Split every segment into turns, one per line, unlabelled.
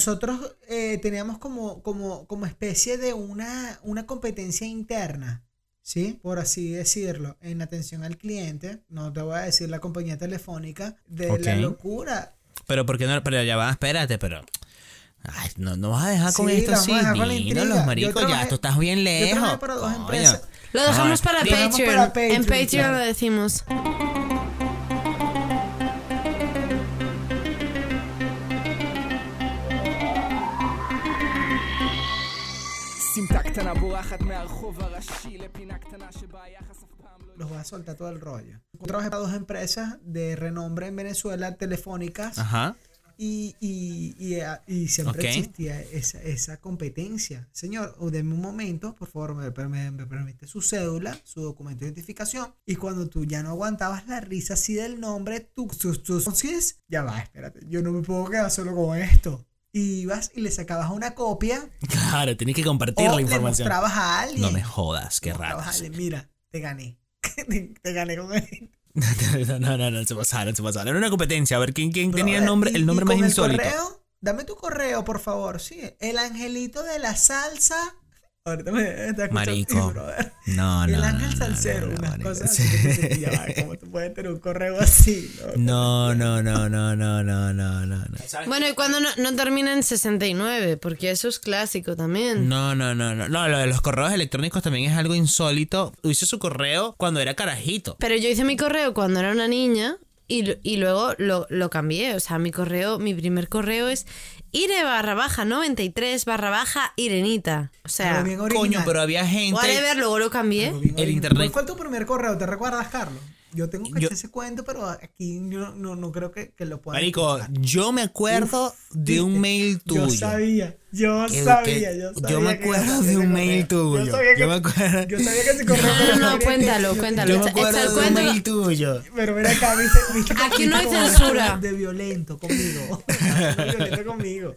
nosotros eh, teníamos como, como, como especie de una, una competencia interna, ¿sí? Por así decirlo, en atención al cliente. No te voy a decir la compañía telefónica de la
Ok.
locura.
Pero porque no, pero ya va, espérate, pero. Ay, no, no vas a dejar con
Sí,
esto
la vamos
así.
a dejar con la
Dino,
intriga.
los
Yo
maricos,
trabajé-
ya, tú estás bien
trabajé
lejos.
para dos
coño.
empresas.
Lo dejamos
Ah,
para
Lo dejamos
Patreon.
para Patreon,
En Patreon
claro.
lo decimos.
שמלה קטנה בורחת מהרחוב הראשי לפינה קטנה שבה היחס אף פעם לא...
Los voy a soltar todo el rollo. Yo trabajé para dos empresas de renombre en Venezuela, telefónicas.
Ajá.
Y, y, y, eh, y siempre
Ok.
existía esa, esa competencia. Señor, o deme un momento, por favor, me, per- me- me permite su cédula, su documento de identificación. Y cuando tú ya no aguantabas la risa así del nombre, tú, tú, tú- entonces, ya va, espérate, yo no me puedo quedar solo con esto. Y ibas y le sacabas una copia
Claro, tienes que compartir
o
la
le
información.
mostrabas a alguien.
No me jodas, qué
Le mostrabas a
ratas.
alguien, Mira, te gané. te, te gané con esto.
no, no, no, no, se pasaron, se pasaron. Era una competencia, a ver quién, quién tenía el
Brother,
nombre,
y-
el nombre
y
más
con el
insólito.
correo, dame tu correo, por favor. Sí, el angelito de la salsa. Ahorita me está escuchando
Marico.
mi brother.
No, no.
el
no,
ángel
no,
salsero,
no, no,
unas
marico.
cosas
Sí.
así que tú dices, "Ya va, ¿Cómo tú puedes tener un correo así?
No, no, no, no, no, no, no, no.
Bueno, y cuando no, no termina en 69, porque eso es clásico también.
No, no, no, no. No, lo de los correos electrónicos también es algo insólito. Hice su correo cuando era carajito.
Pero yo hice mi correo cuando era una niña y, lo- y luego lo, lo cambié. O sea, mi correo, mi primer correo es ire barra baja 93 barra baja irenita. O sea,
Algo bien
Coño,
original.
pero había gente.
whatever, luego lo cambié.
Algo bien
el
original.
internet-
¿Cuál fue tu primer correo? ¿Te recuerdas, Carlos? Yo tengo que
Yo-
hacer ese cuento, pero aquí yo no, no creo que, que lo pueda.
Marico, yo me acuerdo de un mail tuyo.
Yo sabía, yo
Que-
sabía,
que-
yo
yo
sabía.
me
que yo
acuerdo
sabía
de un
ese
mail
correo.
tuyo.
Yo, sabía
Yo
que-
me acuerdo.
Yo sabía que ese
No,
correo.
no, no,
era-
cuéntalo, cuéntalo.
Yo me
Está- está
acuerdo
el
de un
cuento-
mail tuyo.
Pero mira acá, viste, viste cómo-
Aquí no hay
viste cómo
censura.
hablas De violento conmigo. No, violento conmigo.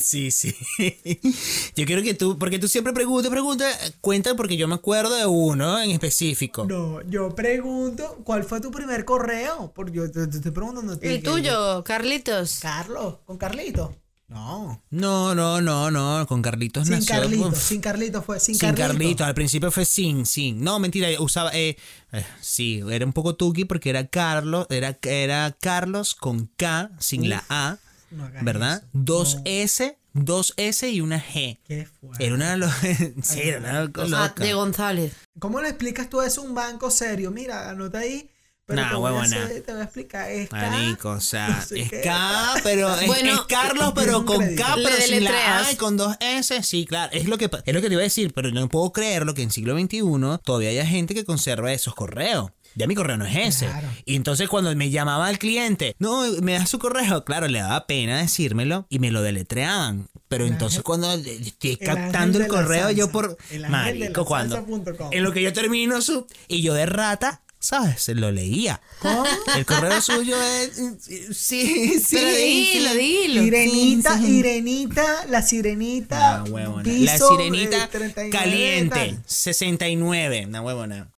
Sí, sí. Yo quiero que tú, porque tú siempre preguntas, preguntas, cuenta porque yo me acuerdo de uno en específico.
No, yo pregunto, ¿cuál fue tu primer correo? Porque yo te, te estoy preguntando. a ti,
El
que-
tuyo, Carlitos.
Carlos, con Carlito. No.
No, no, no, no, con Carlitos
Sin
nació.
Carlito,
uf,
sin Carlito fue, sin,
sin Carlitos.
Carlito.
al principio fue sin, sin. No, mentira, usaba, eh, eh, sí, era un poco tuki porque era Carlos, era, era Carlos con K, sin la A,
no hagas
¿verdad?
eso.
Dos S, dos S y una G.
Qué fuerte.
Era una, lo- sí, era una loca.
Ah, de González.
¿Cómo le explicas tú eso a un banco serio? Mira, anota ahí. Pero
Nah,
te voy a
huevona.
hacer- Te voy a explicar. Es K,
Marico, o sea,
no sé
es
qué.
K, pero es,
Bueno,
es Carlos,
es
pero
un
con
crédito.
K, pero
Le
sin la A
deletreas.
y con dos S, sí, claro. Es lo que pa- es lo que te iba a decir, pero no puedo creerlo que en siglo XXI todavía haya gente que conserva esos correos. Ya mi correo no es ese.
Claro.
Y entonces cuando me llamaba el cliente, no, me da su correo. Claro, le daba pena decírmelo y me lo deletreaban. Pero entonces cuando eh, estoy
el ángel
captando el
de la
correo, yo
salsa.
por...
El ángel de la
Marico, cuando...
salsa punto com.
En lo que yo termino su... Y yo de rata, ¿sabes? Lo leía. El correo suyo es. Sí, sí.
Pero dilo, dilo.
Sirenita,
Sí, sí.
Irenita, la sirenita.
Una huevona. La
Ah, piso, eh,
sirenita
39,
caliente.
tal.
69. Una huevona.